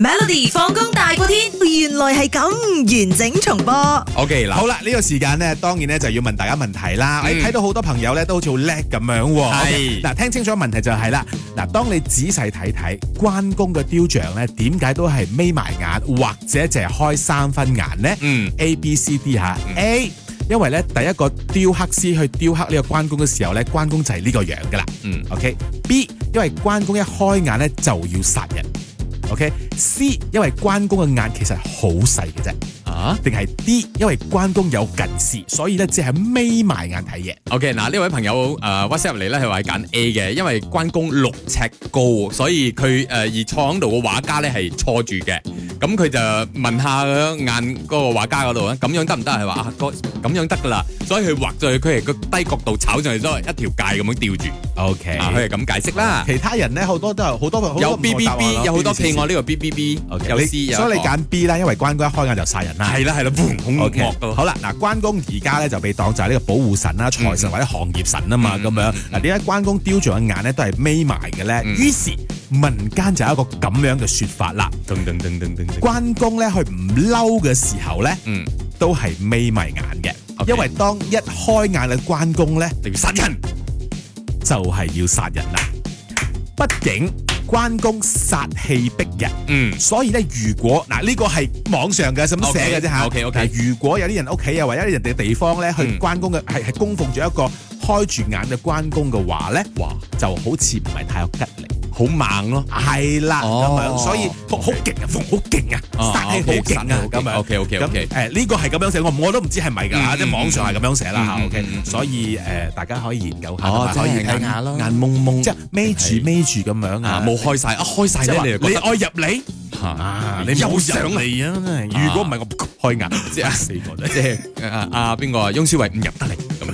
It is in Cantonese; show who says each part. Speaker 1: Melody 放工大過天，原來係咁完整重播。
Speaker 2: O K 嗱，
Speaker 3: 好啦，呢、個時間呢，當然呢就要問大家問題啦。哎
Speaker 2: 嗯
Speaker 3: 誒睇、到好多朋友呢都好似好叻咁樣喎。
Speaker 2: 係
Speaker 3: OK，嗱，聽清楚問題就係、啦。嗱，當你仔細睇睇關公嘅雕像呢，點解都係眯埋眼或者淨係開三分眼呢
Speaker 2: 嗯
Speaker 3: a B、C、D 吓、
Speaker 2: 嗯
Speaker 3: A，因為呢第一個雕刻師去雕刻呢個關公嘅時候呢，關公就係呢個樣噶啦。
Speaker 2: 嗯
Speaker 3: OK。B，因為關公一開眼呢就要殺人。OK。C，因為關公嘅眼其實好細嘅啫。
Speaker 2: 啊
Speaker 3: 定係 D，因為關公有近視，所以咧只係眯埋眼睇嘢。
Speaker 2: ，O K 嗱，呢位朋友誒 WhatsApp 入嚟咧，佢話揀 A 嘅，因為關公六尺高，所以佢誒而坐喺度嘅畫家咧係錯住嘅。咁佢就問下眼嗰個畫家嗰度啊，咁樣得唔得？係話啊，個咁樣得噶啦，所以佢畫咗去，佢係個低角度炒上去，都係一條界咁樣吊住。
Speaker 3: OK，
Speaker 2: 啊，佢係咁解釋啦。
Speaker 3: 其他人咧好多都有好多好多
Speaker 2: 有
Speaker 3: 唔同
Speaker 2: B
Speaker 3: 嘅
Speaker 2: B
Speaker 3: 答案
Speaker 2: B，
Speaker 3: 咯
Speaker 2: 有好多
Speaker 3: B B
Speaker 2: 屁
Speaker 3: C
Speaker 2: 我呢個 B B B，
Speaker 3: OK，
Speaker 2: 有
Speaker 3: 你
Speaker 2: C 有一個。
Speaker 3: 所以你揀 B 啦，因為關公一開眼就殺人啦。
Speaker 2: 係啦係啦，砰好
Speaker 3: O K，
Speaker 2: 惡咯。
Speaker 3: 好啦，嗱，關公而家咧就被當就係呢個保護神啦、財神或者行業神啊嘛，
Speaker 2: 嗯
Speaker 3: 咁樣
Speaker 2: 嗯嗯
Speaker 3: 嗱，點解關公雕像嘅眼咧都係眯埋嘅咧？
Speaker 2: 嗯
Speaker 3: 於是民間就有一個咁樣嘅說法啦，
Speaker 2: 噔噔噔噔噔噔
Speaker 3: 關公咧佢唔嬲嘅時候咧，
Speaker 2: 嗯，
Speaker 3: 都係眯埋眼嘅
Speaker 2: OK
Speaker 3: 因為當一開眼嘅關公咧。
Speaker 2: 你要殺人。
Speaker 3: 就係要殺人啦。畢竟關公殺氣逼人，
Speaker 2: 嗯。
Speaker 3: 所以咧，如果嗱呢個係網上嘅咁寫嘅啫嚇。
Speaker 2: OK，OK，OK
Speaker 3: 但係如果有啲人屋企啊，或者有啲人哋地方咧，去
Speaker 2: 嗯
Speaker 3: 關公嘅係係供奉咗一個開住眼嘅關公嘅話咧，
Speaker 2: 哇，
Speaker 3: 就好似唔係太有吉利。
Speaker 2: 好猛咯！
Speaker 3: 係啦，
Speaker 2: 哦
Speaker 3: 咁樣，所以
Speaker 2: OK
Speaker 3: 好好勁啊，馮好勁啊，
Speaker 2: 哦
Speaker 3: 殺氣好
Speaker 2: Ờ, OK，
Speaker 3: 勁
Speaker 2: 殺
Speaker 3: 啊
Speaker 2: 氣，好勁
Speaker 3: 咁樣。
Speaker 2: OK，OK，OK
Speaker 3: 咁誒呢個係咁樣寫，我我都唔知係咪㗎
Speaker 2: 嗯
Speaker 3: 嚇，
Speaker 2: 嗯
Speaker 3: 即係網上係咁樣寫啦
Speaker 2: 嗯
Speaker 3: 嚇。
Speaker 2: 嗯
Speaker 3: OK，
Speaker 2: 嗯嗯
Speaker 3: 所以誒大家可以研究下，同
Speaker 2: 哦
Speaker 3: 埋
Speaker 2: 即係
Speaker 3: 可以
Speaker 2: 眼
Speaker 3: 睇下咯，
Speaker 2: 眼蒙蒙
Speaker 3: 即嗯係眯
Speaker 2: 定
Speaker 3: 住
Speaker 2: 係
Speaker 3: 眯住咁樣
Speaker 2: 啊
Speaker 3: 啊，，
Speaker 2: 冇開晒，一開晒
Speaker 3: 即係話
Speaker 2: 咧，你就覺
Speaker 3: 你
Speaker 2: 得
Speaker 3: 愛入嚟啊，你冇
Speaker 2: 想
Speaker 3: 入嚟啊，真係如果唔係我開眼，即係死我真係
Speaker 2: 即係啊啊邊個啊？翁舒偉唔入得嚟咁